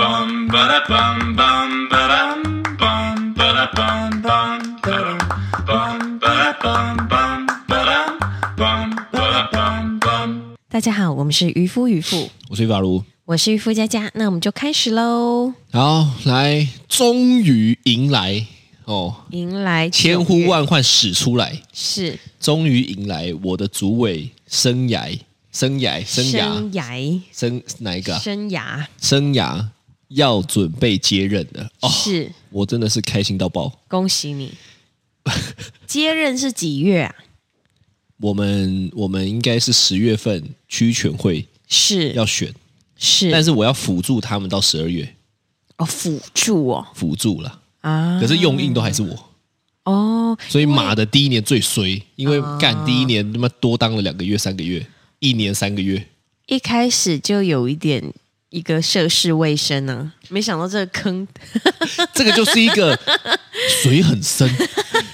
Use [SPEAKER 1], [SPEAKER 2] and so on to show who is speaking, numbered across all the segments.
[SPEAKER 1] bum ba da bum bum ba dum bum ba da bum bum ba dum bum ba da bum bum ba dum bum ba da bum bum.
[SPEAKER 2] 大家好，我们是渔夫渔妇，
[SPEAKER 3] 我是法如。
[SPEAKER 2] 我是渔夫佳佳，那我们就开始喽，
[SPEAKER 3] 好，来，终于迎来哦，
[SPEAKER 2] 迎来九月
[SPEAKER 3] 千呼万唤始出来，
[SPEAKER 2] 是
[SPEAKER 3] 终于迎来我的主委生涯，生涯，生涯，
[SPEAKER 2] 生涯
[SPEAKER 3] 生哪一个、啊？
[SPEAKER 2] 生涯
[SPEAKER 3] 生涯要准备接任了哦，
[SPEAKER 2] 是
[SPEAKER 3] 我真的是开心到爆。
[SPEAKER 2] 恭喜你，接任是几月啊？
[SPEAKER 3] 我们我们应该是十月份区全会
[SPEAKER 2] 是
[SPEAKER 3] 要选，但
[SPEAKER 2] 是
[SPEAKER 3] 是我要辅助他们到十二月，
[SPEAKER 2] 哦，辅助哦
[SPEAKER 3] 辅助啦。
[SPEAKER 2] 啊
[SPEAKER 3] 可是用印都还是我，
[SPEAKER 2] 哦
[SPEAKER 3] 所以马的第一年最衰，因为干第一年他妈多当了两个月、三个月，一年三个月。
[SPEAKER 2] 一开始就有一点一个涉世未深呢、啊，没想到这个坑
[SPEAKER 3] 这个就是一个水 很深。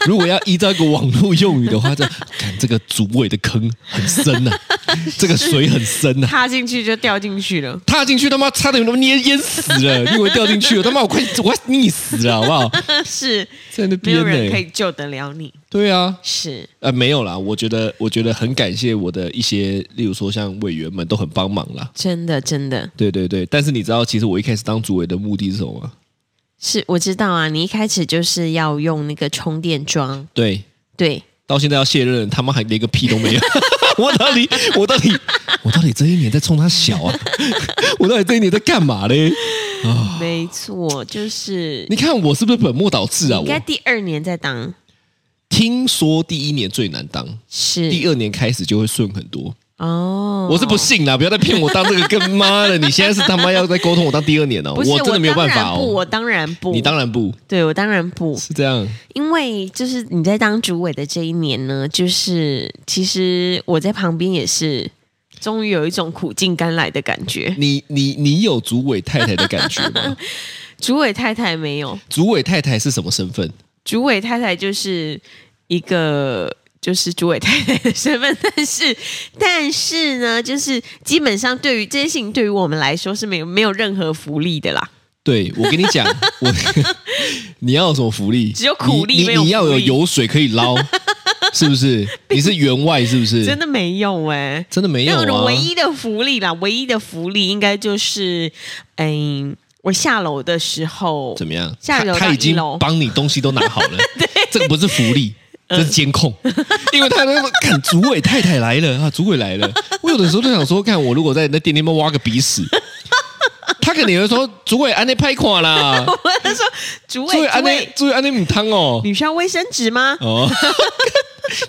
[SPEAKER 3] 如果要依照一个网络用语的话，这看这个主委的坑很深 呐、这个水很深呐、
[SPEAKER 2] 踏进去就掉进去 了。
[SPEAKER 3] 踏进去他妈差点都捏淹死了，你以为掉进去了？他妈我快我要溺死了，好不好？
[SPEAKER 2] 是
[SPEAKER 3] 在那
[SPEAKER 2] 没
[SPEAKER 3] 边
[SPEAKER 2] 有
[SPEAKER 3] 呢、
[SPEAKER 2] 人可以救得了你。
[SPEAKER 3] 对啊，
[SPEAKER 2] 是
[SPEAKER 3] 呃，没有啦，我觉得我觉得很感谢我的一些，例如说像委员们都很帮忙啦。
[SPEAKER 2] 真的，真的
[SPEAKER 3] 对对对，但是你知道，其实我一开始当主委的目的是什么吗？
[SPEAKER 2] 是我知道啊。你一开始就是要用那个充电桩，
[SPEAKER 3] 对，
[SPEAKER 2] 对，
[SPEAKER 3] 到现在要卸任，他妈还连个屁都没 有。我到底，我到底，我到底这一年在冲他小 啊？我到底这一年在干嘛嘞？
[SPEAKER 2] 没错，就是
[SPEAKER 3] 哦你看我是不是本末倒置啊？
[SPEAKER 2] 应该
[SPEAKER 3] 我
[SPEAKER 2] 第二年再当，
[SPEAKER 3] 听说第一年最难当，第
[SPEAKER 2] 是
[SPEAKER 3] 二年开始就会顺很多。
[SPEAKER 2] 哦。
[SPEAKER 3] 我是不信啦，不要再骗我当这个跟 妈的！你现在是他妈要再沟通我当第二年哦，
[SPEAKER 2] 不是
[SPEAKER 3] 真的没有办法
[SPEAKER 2] 我当然不
[SPEAKER 3] 哦。
[SPEAKER 2] 我当然不，
[SPEAKER 3] 你当然不
[SPEAKER 2] 对我当然不，
[SPEAKER 3] 是这样，
[SPEAKER 2] 因为就是你在当主委的这一年呢，就是其实我在旁边也是，终于有一种苦尽甘来的感觉。
[SPEAKER 3] 你你你有主委太太的感觉 吗？
[SPEAKER 2] 主委太太没有，
[SPEAKER 3] 主委太太是什么身份？
[SPEAKER 2] 主委太太就是一个就是主委太太的身份，但是但是呢，就是基本上对于这些事情，对于我们来说是没有没有任何福利的啦。
[SPEAKER 3] 对，我跟你 讲，我 你要有什么福利？
[SPEAKER 2] 只有苦力
[SPEAKER 3] 你
[SPEAKER 2] 没
[SPEAKER 3] 你
[SPEAKER 2] 有
[SPEAKER 3] 你要
[SPEAKER 2] 福
[SPEAKER 3] 有
[SPEAKER 2] 利
[SPEAKER 3] 油水可以捞，是 不是？你是员外是不是？
[SPEAKER 2] 真的没有哎、
[SPEAKER 3] 真的没有
[SPEAKER 2] 那
[SPEAKER 3] 啊
[SPEAKER 2] 我？唯一的福利啦，唯一的福利应该就是，嗯，我下楼的时候
[SPEAKER 3] 怎么样？
[SPEAKER 2] 下
[SPEAKER 3] 他
[SPEAKER 2] 流到
[SPEAKER 3] 他已
[SPEAKER 2] 一
[SPEAKER 3] 经
[SPEAKER 2] 楼
[SPEAKER 3] 帮你东西都拿好 了，这个不是福利。
[SPEAKER 2] 嗯
[SPEAKER 3] 这是监控，因为他那个看主委太太来了啊，主委来了。我有的时候就想说，看我如果在那店里面挖个 鼻屎，他可能也会说主委安内拍垮啦，
[SPEAKER 2] 我就说主委，
[SPEAKER 3] 主委
[SPEAKER 2] 主
[SPEAKER 3] 安内
[SPEAKER 2] 委，
[SPEAKER 3] 主委安内唔汤哦。
[SPEAKER 2] 你需要卫生纸吗？
[SPEAKER 3] 哦，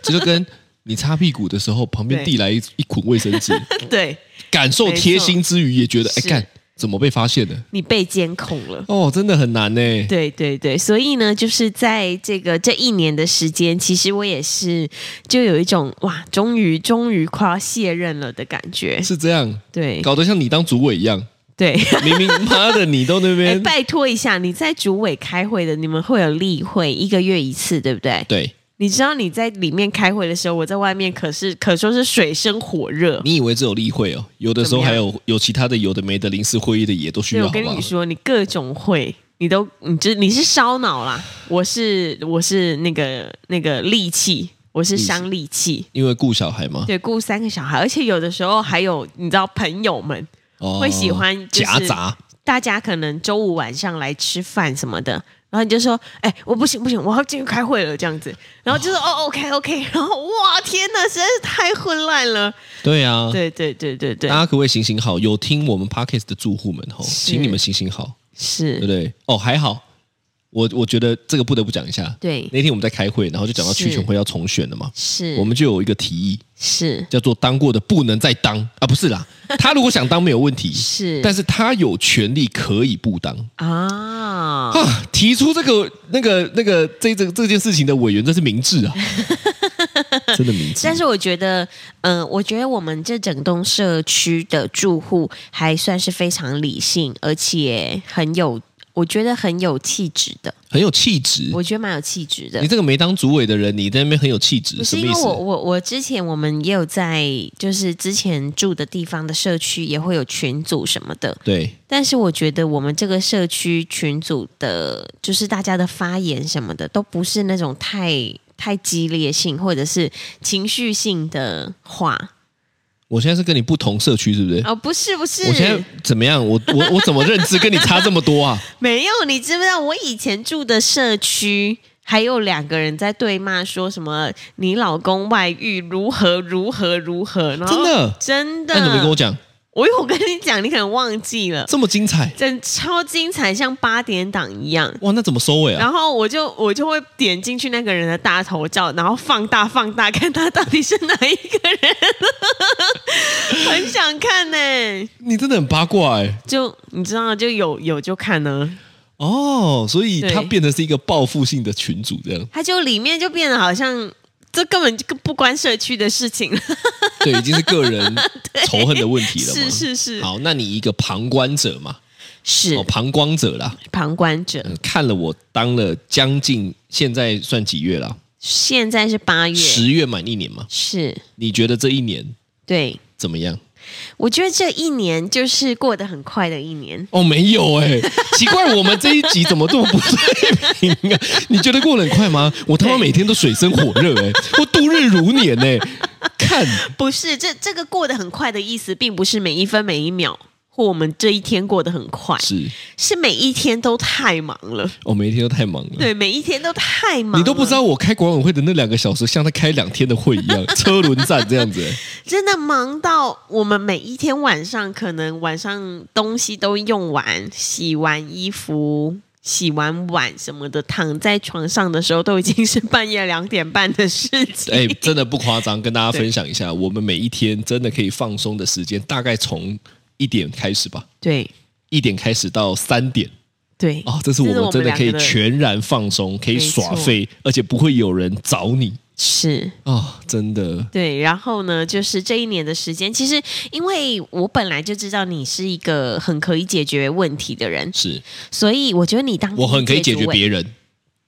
[SPEAKER 3] 这就跟你擦屁股的时候，旁边
[SPEAKER 2] 对
[SPEAKER 3] 递来一一捆 卫生纸，
[SPEAKER 2] 对
[SPEAKER 3] 感受贴心之余，也觉得哎
[SPEAKER 2] 是
[SPEAKER 3] 干怎么被发现的？
[SPEAKER 2] 你被监控了。
[SPEAKER 3] 哦，真的很难呢。
[SPEAKER 2] 对对对，所以呢，就是在这个这一年的时间，其实我也是就有一种哇，终于终于快要卸任了的感觉。
[SPEAKER 3] 是这样，
[SPEAKER 2] 对
[SPEAKER 3] 搞得像你当主委一样，
[SPEAKER 2] 对，
[SPEAKER 3] 明明妈的你都那
[SPEAKER 2] 哎，
[SPEAKER 3] 边
[SPEAKER 2] 拜托一下，你在主委开会的，你们会有例会，一个月一次，对不对？
[SPEAKER 3] 对，
[SPEAKER 2] 你知道你在里面开会的时候，我在外面可是可说是水深火热。
[SPEAKER 3] 你以为只有例会哦，有的时候
[SPEAKER 2] 怎么
[SPEAKER 3] 还
[SPEAKER 2] 样
[SPEAKER 3] 有有其他的有的没的临时会议的也都需
[SPEAKER 2] 对，
[SPEAKER 3] 要，
[SPEAKER 2] 我
[SPEAKER 3] 好不
[SPEAKER 2] 跟
[SPEAKER 3] 好
[SPEAKER 2] 你？说，你各种会，你都你这你是烧脑啦，我是我是那个那个力气，我是伤力气。
[SPEAKER 3] 因为顾小孩嘛，
[SPEAKER 2] 对，雇三个小孩，而且有的时候还有你知道朋友们，
[SPEAKER 3] 哦
[SPEAKER 2] 会喜欢就是
[SPEAKER 3] 夹杂，
[SPEAKER 2] 大家可能周五晚上来吃饭什么的，然后你就说，哎、我不行不行，我要进去开会了这样子，然后就说，哦，OK OK，然后哇，天哪，实在是太混乱了。
[SPEAKER 3] 对啊。
[SPEAKER 2] 对对对对对
[SPEAKER 3] 大，家可不可以行行好？有听我们 podcast 的住户们吼，
[SPEAKER 2] 是
[SPEAKER 3] 请你们行行好。对不
[SPEAKER 2] 是，
[SPEAKER 3] 对？哦，还好，我我觉得这个不得不讲一下。
[SPEAKER 2] 对，
[SPEAKER 3] 那天我们在开会，然后就讲到
[SPEAKER 2] 是
[SPEAKER 3] 区全会要重选了嘛，
[SPEAKER 2] 是，
[SPEAKER 3] 我们就有一个提议，
[SPEAKER 2] 是
[SPEAKER 3] 叫做当过的不能再当啊，不是啦，他如果想当没有问题，
[SPEAKER 2] 是，
[SPEAKER 3] 但是他有权利可以不当
[SPEAKER 2] 啊，
[SPEAKER 3] 啊。提出这个那个那个这这这件事情的委员真是 明智啊，真的明智。
[SPEAKER 2] 但是我觉得，嗯、我觉得我们这整栋社区的住户还算是非常理性，而且很有，我觉得很有气质的，
[SPEAKER 3] 很有气质。
[SPEAKER 2] 我觉得蛮有气质的
[SPEAKER 3] 你。这个没当主委的人，你在那边很有气
[SPEAKER 2] 不
[SPEAKER 3] 质，什
[SPEAKER 2] 是
[SPEAKER 3] 么
[SPEAKER 2] 因
[SPEAKER 3] 意
[SPEAKER 2] 为
[SPEAKER 3] 思
[SPEAKER 2] 我？我我之前我们也有在就是之前住的地方的社区也会有群组什么的，
[SPEAKER 3] 对，
[SPEAKER 2] 但是我觉得我们这个社区群组的，就是大家的发言什么的，都不是那种太太激烈性或者是情绪性的话。
[SPEAKER 3] 我现在是跟你不同社区，是不是？
[SPEAKER 2] 哦，不是不是，
[SPEAKER 3] 我现在怎么样？我我我怎么认知跟你差这么 多啊？
[SPEAKER 2] 没有，你知不知道我以前住的社区？还有两个人在对骂，说什么你老公外遇如何如何如何，然后
[SPEAKER 3] 真的
[SPEAKER 2] 哦真的，
[SPEAKER 3] 那你怎么没跟我讲？
[SPEAKER 2] 我有跟你讲，你可能忘记 了，
[SPEAKER 3] 这么精彩
[SPEAKER 2] 真超精彩，像八点档一样。
[SPEAKER 3] 哇？那怎么收尾啊？
[SPEAKER 2] 然后我就我就会点进去那个人的大头照，然后放大放大看他到底是哪一个人， 很想看呢、
[SPEAKER 3] 你真的很八卦哎、
[SPEAKER 2] 就你知道，就有有就看呢、
[SPEAKER 3] 哦，所以它
[SPEAKER 2] 对，
[SPEAKER 3] 变成是一个报复性的群主这样
[SPEAKER 2] 他就里面就变得好像这根本就不关社区的事情了，
[SPEAKER 3] 对，已经是个 人仇恨的问题了嘛。
[SPEAKER 2] 是是是
[SPEAKER 3] 好，那你一个旁观者嘛，
[SPEAKER 2] 是
[SPEAKER 3] 哦，旁观者啦，
[SPEAKER 2] 旁观者。
[SPEAKER 3] 呃看了我当了将近现在算几月啦？
[SPEAKER 2] 现在是八月，
[SPEAKER 3] 十月满一年嘛？
[SPEAKER 2] 是
[SPEAKER 3] 你觉得这一年
[SPEAKER 2] 对。
[SPEAKER 3] 怎么样？
[SPEAKER 2] 我觉得这一年就是过得很快的一年，
[SPEAKER 3] 哦，没有哎、奇怪，我们这一集怎么这么不对平啊？ 你觉得过得很快吗？我他妈每天都水深火热哎、我度日如年哎、看
[SPEAKER 2] 不是这这个过得很快的意思，并不是每一分每一秒或我们这一天过得很快，
[SPEAKER 3] 是
[SPEAKER 2] 是每一天都太忙了，
[SPEAKER 3] 我、哦、每一天都太忙了。
[SPEAKER 2] 对，每一天都太忙，
[SPEAKER 3] 你都不知，道我开管委会的那两个小时，像他开两天的会 一样，车轮战这样子。
[SPEAKER 2] 真的忙到我们每一天晚上，可能晚上东西都用完，洗完衣服。洗完碗什么的，躺在床上的时候都已经是半夜两点半的事情。
[SPEAKER 3] 哎、真的不夸张，跟大家分享一下，我们每一天真的可以放松的时间，大概从一点开始吧，
[SPEAKER 2] 对
[SPEAKER 3] 一点开始到三点
[SPEAKER 2] 对，
[SPEAKER 3] 哦，这是我
[SPEAKER 2] 这是我
[SPEAKER 3] 们
[SPEAKER 2] 们
[SPEAKER 3] 真的可以
[SPEAKER 2] 两个的
[SPEAKER 3] 全然放松，可以
[SPEAKER 2] 没错
[SPEAKER 3] 耍废，而且不会有人找你
[SPEAKER 2] 是
[SPEAKER 3] 哦，真的。
[SPEAKER 2] 对，然后呢，就是这一年的时间，其实因为我本来就知道你是一个很可以解决问题的人，
[SPEAKER 3] 是
[SPEAKER 2] 所以我觉嗯得你当
[SPEAKER 3] 我很可以解决
[SPEAKER 2] 主委
[SPEAKER 3] 别人，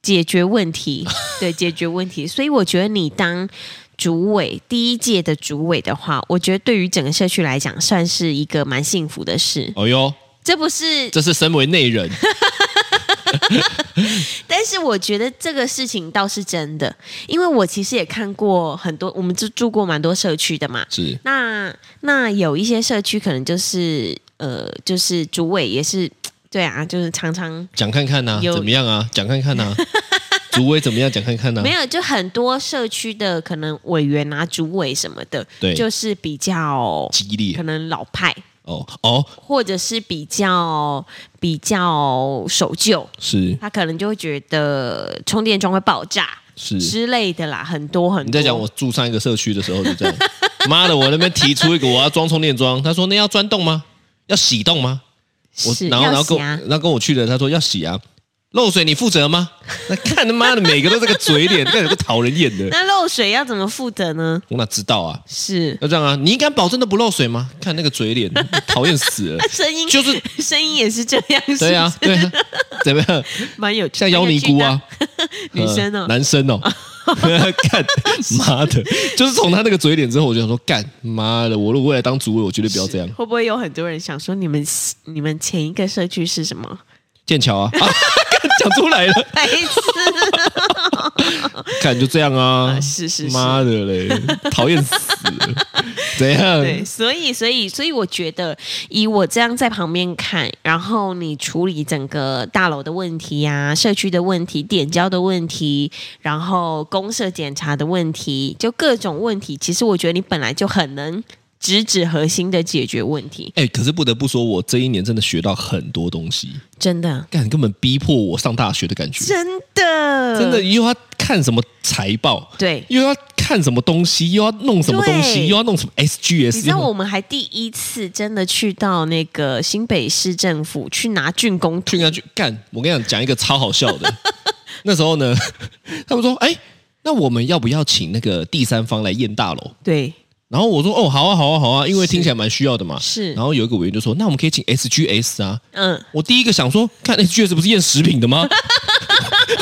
[SPEAKER 2] 解决问题，对，解决问题。所以我觉得你当主委第一届的主委的话，我觉得对于整个社区来讲，算是一个蛮幸福的事。
[SPEAKER 3] 哦哟，
[SPEAKER 2] 这不是，
[SPEAKER 3] 这是身为内人，
[SPEAKER 2] 但是我觉得这个事情倒是真的，因为我其实也看过很多，我们就住过蛮多社区的嘛，
[SPEAKER 3] 是
[SPEAKER 2] 那那有一些社区可能就是呃，就是主委也是对啊，就是常常
[SPEAKER 3] 讲看看呐、
[SPEAKER 2] 有
[SPEAKER 3] 怎么样啊？讲看 看呐、竹威怎么样？讲看啊看呐、
[SPEAKER 2] 没有，就很多社区的可能委员啊、主委什么的，
[SPEAKER 3] 对
[SPEAKER 2] 就是比较
[SPEAKER 3] 激烈
[SPEAKER 2] 可能老派，
[SPEAKER 3] 哦哦，
[SPEAKER 2] 或者是比较比较守旧，
[SPEAKER 3] 是
[SPEAKER 2] 他可能就会觉得充电桩会爆炸
[SPEAKER 3] 是
[SPEAKER 2] 之类的啦，很多很多。
[SPEAKER 3] 你在讲我住上一个社区的时候 就这样，妈的，我那边提出一个我要装充电桩，他说那要钻洞吗？要洗洞吗？我
[SPEAKER 2] 是
[SPEAKER 3] 然后
[SPEAKER 2] 要
[SPEAKER 3] 然后跟
[SPEAKER 2] 洗
[SPEAKER 3] 我
[SPEAKER 2] 啊
[SPEAKER 3] 然后跟我去的，他说要洗啊，漏水你负责吗？那看他妈的每个都这个嘴脸，那有个讨人厌的，
[SPEAKER 2] 那漏水要怎么负责呢？
[SPEAKER 3] 我哪知道啊？
[SPEAKER 2] 是。
[SPEAKER 3] 要这样啊？你敢保证都不漏水吗？看那个嘴脸， 讨厌死了
[SPEAKER 2] 声音
[SPEAKER 3] 就是
[SPEAKER 2] 声音也是这样，
[SPEAKER 3] 对啊
[SPEAKER 2] 是，不是
[SPEAKER 3] 对啊，怎么样？
[SPEAKER 2] 蛮有趣
[SPEAKER 3] 像妖尼姑啊，，
[SPEAKER 2] 女生哦
[SPEAKER 3] 呃 男生哦。干妈的，就是从他那个嘴脸之后，我就想说，干妈的，我如果未来当主委，我绝对不要这样。
[SPEAKER 2] 会不会有很多人想说你们你们前一个社区是什 么？
[SPEAKER 3] 剑桥 啊，啊干讲出来了，
[SPEAKER 2] 白痴，
[SPEAKER 3] 看就这样啊，
[SPEAKER 2] 啊是是是
[SPEAKER 3] 妈的嘞，讨厌死了，怎样？
[SPEAKER 2] 对，所以所以所以我觉得以我这样在旁边看，然后你处理整个大楼的问题啊、社区的问题、点交的问题，然后公社检查的问题，就各种问题，其实我觉得你本来就很能直指核心的解决问题，
[SPEAKER 3] 哎、可是不得不说，我这一年真的学到很多东西，
[SPEAKER 2] 真的，
[SPEAKER 3] 干根本逼迫我上大学的感觉，
[SPEAKER 2] 真的，
[SPEAKER 3] 真的又要看什么财报，
[SPEAKER 2] 对。
[SPEAKER 3] 又要看什么东西，又要弄什么东西，
[SPEAKER 2] 对
[SPEAKER 3] 又要弄什么 SGS，
[SPEAKER 2] 你知道
[SPEAKER 3] 又
[SPEAKER 2] 我们还第一次真的去到那个新北市政府去拿竣工图
[SPEAKER 3] 听，下去干。我跟你讲，讲一个超好笑的。那时候呢， 他们说：“哎，那我们要不要请那个第三方来验大楼
[SPEAKER 2] 对，？”
[SPEAKER 3] 然后我说哦，好啊，好啊，好啊，因为听起来蛮需要的嘛。
[SPEAKER 2] 是
[SPEAKER 3] 然后有一个委员就说，那我们可以请 SGS 啊。
[SPEAKER 2] 嗯，
[SPEAKER 3] 我第一个想说，看 SGS 不是验食品的吗？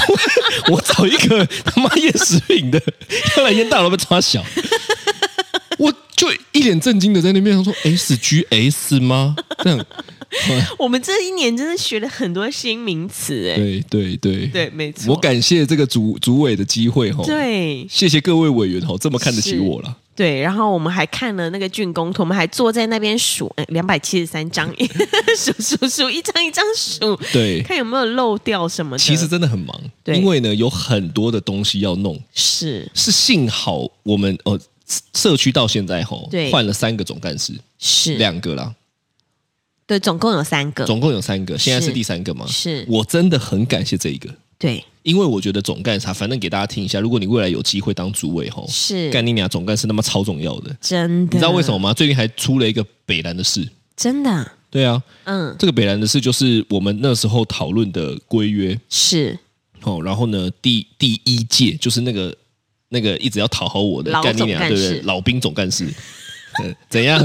[SPEAKER 3] 我我找一个他妈验食品的，要来验大萝卜抓小。我就一脸震惊的在那边想说，SGS 吗？这样，
[SPEAKER 2] 我们这一年真的学了很多新名词，哎，
[SPEAKER 3] 对对对
[SPEAKER 2] 对，没错，
[SPEAKER 3] 我感谢这个组组委的机会哈、哦，，
[SPEAKER 2] 对
[SPEAKER 3] 谢谢各位委员哦，这么看得起我了。
[SPEAKER 2] 对，然后我们还看了那个竣工图，我们还坐在那边数哎两百七十三张， 数数数，一张一张数，
[SPEAKER 3] 对，
[SPEAKER 2] 看有没有漏掉什么的。
[SPEAKER 3] 其实真的很忙，
[SPEAKER 2] 对
[SPEAKER 3] 因为呢有很多的东西要弄，
[SPEAKER 2] 是
[SPEAKER 3] 是幸好我们呃社区到现在吼、
[SPEAKER 2] 对
[SPEAKER 3] 换了三个总干事，
[SPEAKER 2] 是，
[SPEAKER 3] 两个啦，
[SPEAKER 2] 对，总共有三个，
[SPEAKER 3] 总共有三个，现在是
[SPEAKER 2] 是
[SPEAKER 3] 第三个嘛。
[SPEAKER 2] 是
[SPEAKER 3] 我真的很感谢这一个，
[SPEAKER 2] 对，
[SPEAKER 3] 因为我觉得总干事啊，反正给大家听一下，如果你未来有机会当主委吼，
[SPEAKER 2] 是啊
[SPEAKER 3] 干你俩总干事那么超重要的，
[SPEAKER 2] 真的，
[SPEAKER 3] 你知道为什么？吗？最近还出了一个北兰的事，
[SPEAKER 2] 真的，
[SPEAKER 3] 对啊，
[SPEAKER 2] 嗯，
[SPEAKER 3] 这个北兰的事就是我们那时候讨论的规约
[SPEAKER 2] 是
[SPEAKER 3] 哦，然后呢，第第一届就是那个那个一直要讨好我的
[SPEAKER 2] 老
[SPEAKER 3] 干你
[SPEAKER 2] 总
[SPEAKER 3] 娘，
[SPEAKER 2] 干
[SPEAKER 3] 对不对
[SPEAKER 2] 事？
[SPEAKER 3] 老兵总干事， 呃怎样？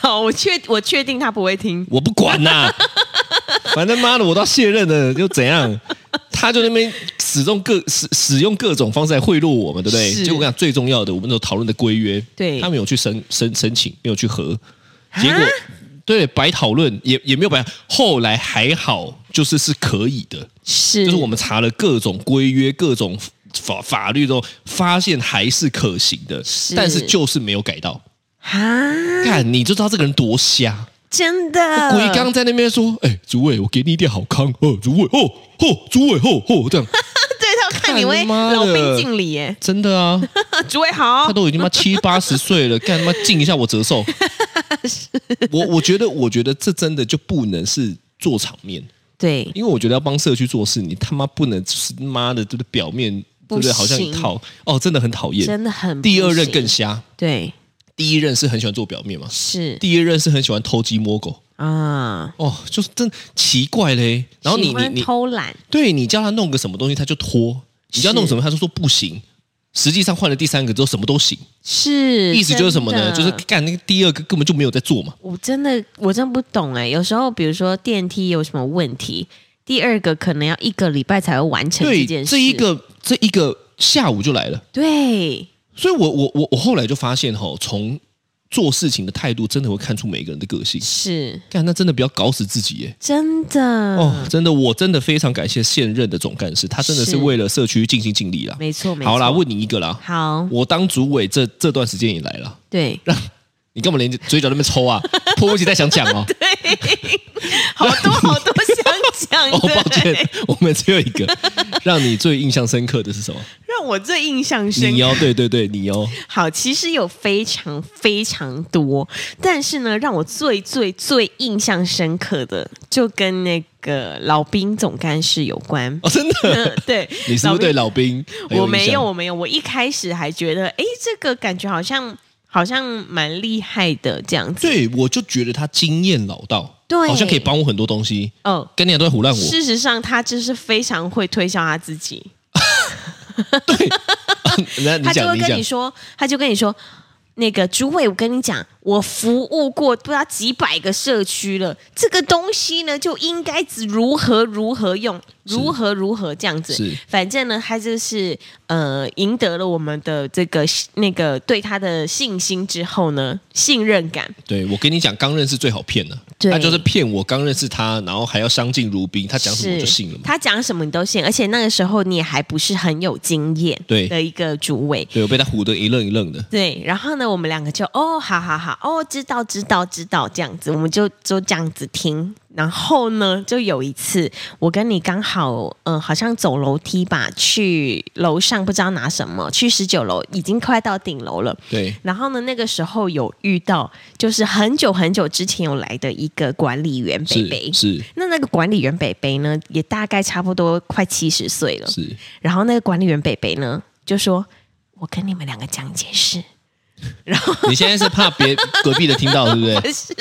[SPEAKER 2] 好，我确我确定他不会听，
[SPEAKER 3] 我不管呐、 反正妈的，我都要卸任了，又怎样？他就那边使用各使使用各种方式来贿赂我们，对不对？
[SPEAKER 2] 是
[SPEAKER 3] 结果我跟你讲，最重要的，我们所讨论的规约，
[SPEAKER 2] 对
[SPEAKER 3] 他们有去申申申请，没有去核，结果对白讨论也也没有白。后来还好，就是是可以的，
[SPEAKER 2] 是
[SPEAKER 3] 就是我们查了各种规约、各种法法律之后，发现还是可行的，
[SPEAKER 2] 是
[SPEAKER 3] 但是就是没有改到。
[SPEAKER 2] 啊，
[SPEAKER 3] 看，你就知道这个人多瞎。
[SPEAKER 2] 真的，
[SPEAKER 3] 鬼刚在那边说：“哎、主委，我给你一点好康哦，主委哦哦，主委哦哦， 这样
[SPEAKER 2] 对他看你会
[SPEAKER 3] 看妈的
[SPEAKER 2] 老兵敬礼耶，
[SPEAKER 3] 真的啊，
[SPEAKER 2] 诸位好
[SPEAKER 3] 他，都已经妈七八十岁了，干他妈敬一下我折 寿。我我觉得，我觉得这真的就不能是做场面，
[SPEAKER 2] 对，
[SPEAKER 3] 因为我觉得要帮社区做事，你他妈不能就是妈的，对不对？表面对不
[SPEAKER 2] 不
[SPEAKER 3] 对？好像
[SPEAKER 2] 行
[SPEAKER 3] 讨哦，真的很讨厌。
[SPEAKER 2] 真的很
[SPEAKER 3] 第二任
[SPEAKER 2] 不行
[SPEAKER 3] 更瞎，
[SPEAKER 2] 对，
[SPEAKER 3] 第一任是很喜欢做表面嘛，
[SPEAKER 2] 是
[SPEAKER 3] 第一任是很喜欢偷鸡摸狗。”
[SPEAKER 2] 啊，
[SPEAKER 3] 哦，就是真奇怪嘞。然后你
[SPEAKER 2] 喜
[SPEAKER 3] 你
[SPEAKER 2] 欢
[SPEAKER 3] 你
[SPEAKER 2] 偷懒
[SPEAKER 3] 对你叫他弄个什么东西，他就拖；你叫他弄什么，他就说不行。实际上换了第三个之后，什么都行，
[SPEAKER 2] 是，
[SPEAKER 3] 意思就是什么呢？就
[SPEAKER 2] 真
[SPEAKER 3] 是
[SPEAKER 2] 的
[SPEAKER 3] 干那个第二个根本就没有在做嘛。
[SPEAKER 2] 我真的我真不懂哎、有时候比如说电梯有什么问题，第二个可能要一个礼拜才会完成
[SPEAKER 3] 对，
[SPEAKER 2] 件事，
[SPEAKER 3] 这一个这一个下午就来了，
[SPEAKER 2] 对
[SPEAKER 3] 所以我我我我后来就发现哈、从做事情的态度真的会看出每一个人的个性。
[SPEAKER 2] 是
[SPEAKER 3] 干，那真的不要搞死自己耶！
[SPEAKER 2] 真的
[SPEAKER 3] 哦，真的，我真的非常感谢现任的总干事，他真的是
[SPEAKER 2] 是
[SPEAKER 3] 为了社区尽心尽力啦。
[SPEAKER 2] 没错没错，
[SPEAKER 3] 好啦，问你一个啦，
[SPEAKER 2] 好
[SPEAKER 3] 我当主委这这段时间以来啦，
[SPEAKER 2] 对，
[SPEAKER 3] 你干嘛连嘴角那边 抽啊？迫不及待想讲哦。
[SPEAKER 2] 好多好多想讲的、
[SPEAKER 3] 哦，抱歉，我们只有一个。让你最印象深刻的是什么？
[SPEAKER 2] 让我最印象深刻
[SPEAKER 3] 你。哦，对对对，你哦，
[SPEAKER 2] 好，其实有非常非常多，但是呢，让我最最最印象深刻的，就跟那个老兵总干事有关。
[SPEAKER 3] 哦，真的，
[SPEAKER 2] 对，
[SPEAKER 3] 你是不是对老兵
[SPEAKER 2] 嗯
[SPEAKER 3] 很
[SPEAKER 2] 我
[SPEAKER 3] 印
[SPEAKER 2] 没有，
[SPEAKER 3] 象
[SPEAKER 2] 我没有，我一开始还觉得，哎，这个感觉好像好像蛮厉害的这样子。
[SPEAKER 3] 对，我就觉得他经验老道，
[SPEAKER 2] 对
[SPEAKER 3] 好像可以帮我很多东西。
[SPEAKER 2] 哦，
[SPEAKER 3] 跟你俩都在胡乱我，
[SPEAKER 2] 事实上他就是非常会推销他自己，
[SPEAKER 3] 那你
[SPEAKER 2] 他就
[SPEAKER 3] 讲，
[SPEAKER 2] 会
[SPEAKER 3] 你
[SPEAKER 2] 跟
[SPEAKER 3] 讲
[SPEAKER 2] 你，说，他就跟你说。那个诸位，我跟你讲，我服务过不知道几百个社区了。这个东西呢，就应该如何如何用，如何如何这样子
[SPEAKER 3] 是。
[SPEAKER 2] 反正呢，他就是呃，赢得了我们的这个那个对他的信心之后呢，信任感。
[SPEAKER 3] 对我跟你讲，刚认识最好骗了，
[SPEAKER 2] 对
[SPEAKER 3] 他就是骗我刚认识他，然后还要相敬如宾，他讲什么我就信了嘛。
[SPEAKER 2] 他讲什么你都信，而且那个时候你也还不是很有经验，
[SPEAKER 3] 对
[SPEAKER 2] 的一个主委。
[SPEAKER 3] 对我被他唬得一愣一愣的，
[SPEAKER 2] 对，然后呢，我们两个就哦，好好好，哦，知道知道知道，这样子，我们就就这样子听。然后呢，就有一次，我跟你刚好，嗯、好像走楼梯吧，去楼上不知道拿什么，去十九楼，已经快到顶楼了。
[SPEAKER 3] 对
[SPEAKER 2] 然后呢，那个时候有遇到，就是很久很久之前有来的一个管理员北北
[SPEAKER 3] 是，是
[SPEAKER 2] 那那个管理员北北呢，也大概差不多快七十岁了。
[SPEAKER 3] 是，
[SPEAKER 2] 然后那个管理员北北呢，就说：“我跟你们两个讲一件事。”然后
[SPEAKER 3] 你现在是怕别 隔壁的听到，对不对？
[SPEAKER 2] 不是，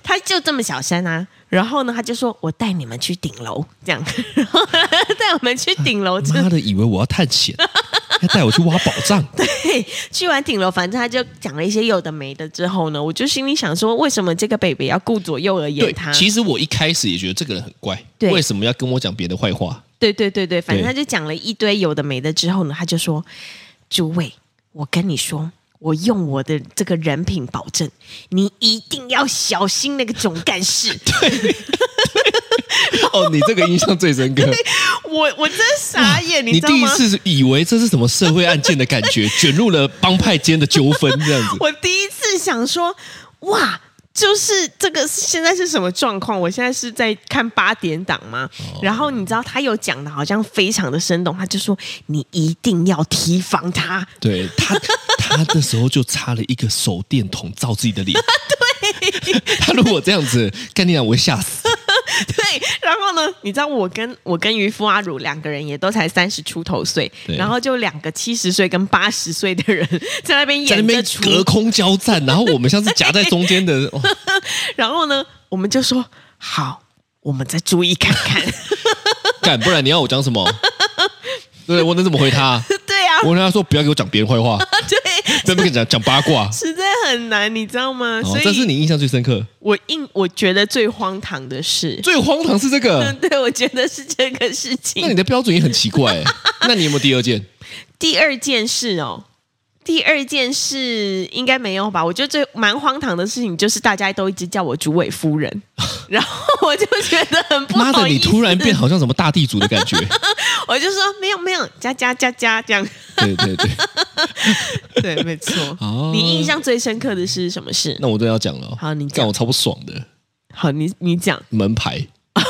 [SPEAKER 2] 他就这么小声啊。然后呢，他就说：“我带你们 去顶楼，这样。”然后带我们去顶楼之
[SPEAKER 3] 妈的，以为我要探险， 要带我去挖宝 藏。
[SPEAKER 2] 嘿，去完顶楼，反正他就讲了一些有的没的之后呢，我就心里想说，为什么这个北北要顾左右而言
[SPEAKER 3] 对
[SPEAKER 2] 他？，
[SPEAKER 3] 其实我一开始也觉得这个人很怪，
[SPEAKER 2] 对
[SPEAKER 3] 为什么要跟我讲别的坏话？
[SPEAKER 2] 对对对对，反正
[SPEAKER 3] 对
[SPEAKER 2] 他就讲了一堆有的没的之后呢，他就说：“诸位，我跟你说，我用我的这个人品保证，你一定要小心那个总干 事。
[SPEAKER 3] 哦，你这个印象最深 刻，
[SPEAKER 2] 我我真傻眼，
[SPEAKER 3] 你
[SPEAKER 2] 知道
[SPEAKER 3] 第一
[SPEAKER 2] 吗？
[SPEAKER 3] 次以为这是什么社会案件的感 觉，卷入了帮派间的纠纷这样子。
[SPEAKER 2] 我第一次想说，哇。就是这个现在是什么状况？我现在是在看八点档吗？
[SPEAKER 3] 哦
[SPEAKER 2] 然后你知道他有讲的，好像非常的生动，他就说你一定要提防 他。
[SPEAKER 3] 对他，他那时候就插了一个手电筒照自己的 脸。对，他如果这样子，干你啊，我会吓死。
[SPEAKER 2] 对，然后呢，你知道我跟我跟渔夫阿乳两个人也都才三十出头岁，
[SPEAKER 3] 对
[SPEAKER 2] 然后就两个七十岁跟八十岁的人在那边
[SPEAKER 3] 在
[SPEAKER 2] 演着
[SPEAKER 3] 那边
[SPEAKER 2] 出，
[SPEAKER 3] 隔空交战，然后我们像是夹在中间 的，哦、
[SPEAKER 2] 然后呢，我们就说好，我们再注意看 看。
[SPEAKER 3] 干，不然你要我讲 什么？对我能怎么回他？
[SPEAKER 2] 对啊，
[SPEAKER 3] 我跟他说不要给我讲别人坏话，
[SPEAKER 2] 对，
[SPEAKER 3] 在那边讲讲八卦。
[SPEAKER 2] 实在很难，你知道吗？
[SPEAKER 3] 哦
[SPEAKER 2] 所，
[SPEAKER 3] 这是
[SPEAKER 2] 以，
[SPEAKER 3] 你印象最深刻，
[SPEAKER 2] 我硬我觉得最荒唐的事，
[SPEAKER 3] 最荒唐是这个。
[SPEAKER 2] 对，我觉得是这个事
[SPEAKER 3] 那你
[SPEAKER 2] 情。
[SPEAKER 3] 的标准也很奇怪、欸 那你有没有第二件？
[SPEAKER 2] 第二件事哦。第二件事应该没有吧？我觉得最蛮荒唐的事情就是大家都一直叫我主委夫 人，然后我就觉得很不
[SPEAKER 3] 妈的，
[SPEAKER 2] 好
[SPEAKER 3] 你
[SPEAKER 2] 意思，
[SPEAKER 3] 突然变好像什么大地主的感觉。
[SPEAKER 2] 我就说没有没有，加加加加这样。
[SPEAKER 3] 对对对，
[SPEAKER 2] 对，没错。
[SPEAKER 3] 哦
[SPEAKER 2] 你印象最深刻的是什么事？
[SPEAKER 3] 那我真的要讲了、哦。
[SPEAKER 2] 好你讲
[SPEAKER 3] 干我超不爽的
[SPEAKER 2] 好，你你讲。
[SPEAKER 3] 门牌。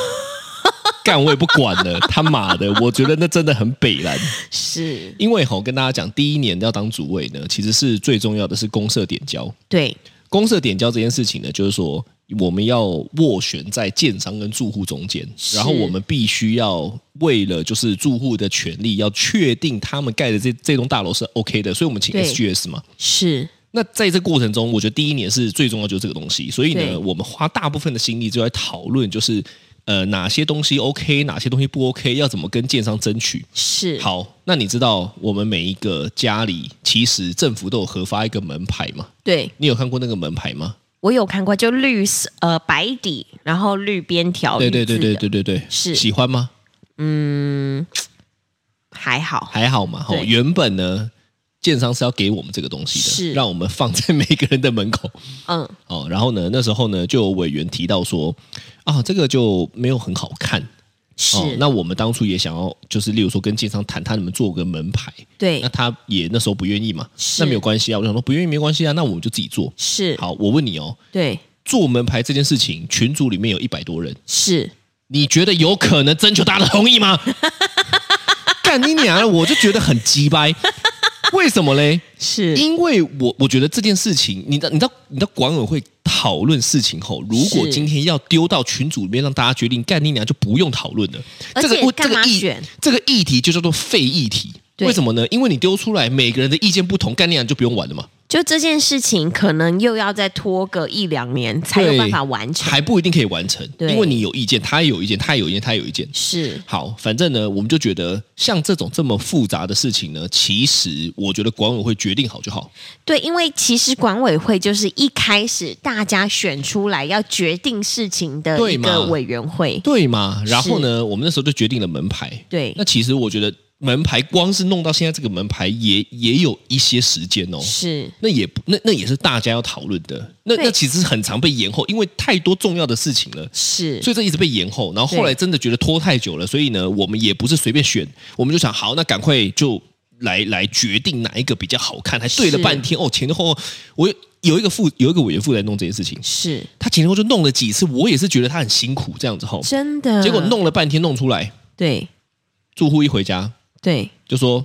[SPEAKER 3] 干我也不管 了，他妈的！我觉得那真的很北蓝，
[SPEAKER 2] 是
[SPEAKER 3] 因为吼跟大家讲，第一年要当主委呢，其实是最重要的是公社点交。
[SPEAKER 2] 对
[SPEAKER 3] 公社点交这件事情呢，就是说我们要斡旋在建商跟住户中间，
[SPEAKER 2] 是
[SPEAKER 3] 然后我们必须要为了就是住户的权利，要确定他们盖的这这栋大楼是 OK 的，所以我们请
[SPEAKER 2] 对
[SPEAKER 3] SGS 嘛。
[SPEAKER 2] 是
[SPEAKER 3] 那在这过程中，我觉得第一年是最重要，就是这个东西。所以
[SPEAKER 2] 对
[SPEAKER 3] 呢，我们花大部分的心力就在讨论，就是呃哪些东西 OK，哪些东西不 OK，要怎么跟建商争取。
[SPEAKER 2] 是
[SPEAKER 3] 好，那你知道我们每一个家里，其实政府都有核发一个门牌嘛？
[SPEAKER 2] 对。
[SPEAKER 3] 你有看过那个门牌吗？
[SPEAKER 2] 我有看过，就绿色呃白底，然后绿边条，
[SPEAKER 3] 对对
[SPEAKER 2] 绿字
[SPEAKER 3] 对
[SPEAKER 2] 哦的
[SPEAKER 3] 对对对对，
[SPEAKER 2] 是
[SPEAKER 3] 喜欢吗？
[SPEAKER 2] 还好，
[SPEAKER 3] 还好嘛，吼，
[SPEAKER 2] 对
[SPEAKER 3] 原本呢，建商是要给我们这个东西的，
[SPEAKER 2] 是
[SPEAKER 3] 让我们放在每个人的门口
[SPEAKER 2] 嗯，
[SPEAKER 3] 哦。然后呢，那时候呢，就有委员提到说，啊，这个就没有很好看
[SPEAKER 2] 是，
[SPEAKER 3] 哦。那我们当初也想要，就是例如说跟建商谈，他们做个门牌，那
[SPEAKER 2] 对，
[SPEAKER 3] 他也那时候不愿意嘛，
[SPEAKER 2] 是
[SPEAKER 3] 那没有关系啊。我想说不愿意没关系啊，那我们就自己做。
[SPEAKER 2] 是，
[SPEAKER 3] 好，我问你哦，
[SPEAKER 2] 对，
[SPEAKER 3] 做门牌这件事情，群组里面有一百多人，
[SPEAKER 2] 是，
[SPEAKER 3] 你觉得有可能征求大家的同 意吗？干你娘的！我就觉得很鸡掰，为什么嘞？
[SPEAKER 2] 是，
[SPEAKER 3] 因为我我觉得这件事情，你知道，你知道，你知道管委会讨论事情后，如果
[SPEAKER 2] 是
[SPEAKER 3] 今天要丢到群组里面让大家决定，干你娘就不用讨论了。
[SPEAKER 2] 而
[SPEAKER 3] 这个
[SPEAKER 2] 且
[SPEAKER 3] 问这
[SPEAKER 2] 干嘛
[SPEAKER 3] 个议
[SPEAKER 2] 选
[SPEAKER 3] 这个议题就叫做废议题。
[SPEAKER 2] 对
[SPEAKER 3] 为什么呢？因为你丢出来，每个人的意见不同，干你娘就不用玩了嘛，
[SPEAKER 2] 就这件事情可能又要再拖个一两年才有
[SPEAKER 3] 对
[SPEAKER 2] 办法完成，
[SPEAKER 3] 还不一定可以完成，
[SPEAKER 2] 对
[SPEAKER 3] 因为你有意见，他也有意见，他也有意见，他也有意见，
[SPEAKER 2] 是
[SPEAKER 3] 好，反正呢，我们就觉得像这种这么复杂的事情呢，其实我觉得管委会决定好就好。
[SPEAKER 2] 对，因为其实管委会就是一开始大家选出来要决定事情的
[SPEAKER 3] 对
[SPEAKER 2] 一
[SPEAKER 3] 嘛
[SPEAKER 2] 个委员会，
[SPEAKER 3] 对嘛？然后呢，我们那时候就决定了门牌。
[SPEAKER 2] 对
[SPEAKER 3] 那，其实我觉得门牌光是弄到现在这个门牌也，也有一些时间哦。
[SPEAKER 2] 是，
[SPEAKER 3] 那也不那那也是大家要讨论的。那
[SPEAKER 2] 对
[SPEAKER 3] 那其实很常被延后，因为太多重要的事情了。
[SPEAKER 2] 是，
[SPEAKER 3] 所以这一直被延后，然后后
[SPEAKER 2] 对
[SPEAKER 3] 来真的觉得拖太久了，所以呢，我们也不是随便选，我们就想好，那赶快就来来决定哪一个比较好看，还对了
[SPEAKER 2] 是
[SPEAKER 3] 半天哦，前前后后我有一个副有一个委员负责弄这件事情，
[SPEAKER 2] 是
[SPEAKER 3] 他前前后后就弄了几次，我也是觉得他很辛苦这样子吼，
[SPEAKER 2] 真的，
[SPEAKER 3] 结果弄了半天弄出来，
[SPEAKER 2] 对
[SPEAKER 3] 住户一回家
[SPEAKER 2] 对
[SPEAKER 3] 就说，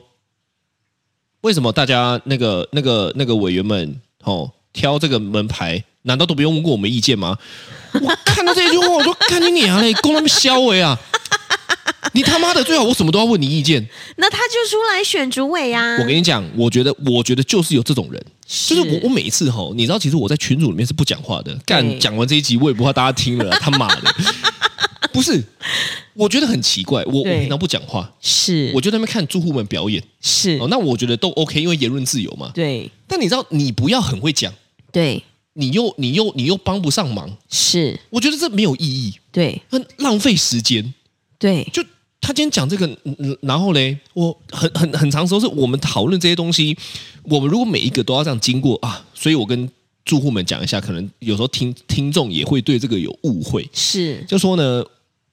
[SPEAKER 3] 为什么大家那个那个那个委员们哦挑这个门牌，难道都不用问过我们意见吗？ 我看到这句话，我就看你娘嘞，公他们消委啊！ 你他妈的最好我什么都要问你意见。
[SPEAKER 2] 那他就出来选主委啊呀、
[SPEAKER 3] 我跟你讲，我觉得我觉得就是有这种人，
[SPEAKER 2] 就
[SPEAKER 3] 就是我我每一次吼，你知道，其实我在群组里面是不讲话的。干
[SPEAKER 2] 对
[SPEAKER 3] 讲完这一集，我也不怕大家听了，他妈的，不是我觉得很奇怪，我我
[SPEAKER 2] 对
[SPEAKER 3] 平常不讲话，
[SPEAKER 2] 是
[SPEAKER 3] 我就在那边看住户们表演。
[SPEAKER 2] 是
[SPEAKER 3] 哦，那我觉得都 OK，因为言论自由嘛。
[SPEAKER 2] 对
[SPEAKER 3] 但你知道，你不要很会讲，
[SPEAKER 2] 对
[SPEAKER 3] 你又你又你又帮不上忙，
[SPEAKER 2] 是，
[SPEAKER 3] 我觉得这没有意义，
[SPEAKER 2] 对
[SPEAKER 3] 很浪费时间。
[SPEAKER 2] 对
[SPEAKER 3] 就他今天讲这个，嗯嗯然后嘞，我很很很长时候是我们讨论这些东西，我们如果每一个都要这样经过啊，所以我跟住户们讲一下，可能有时候听听众也会对这个有误会，
[SPEAKER 2] 是，
[SPEAKER 3] 就说呢，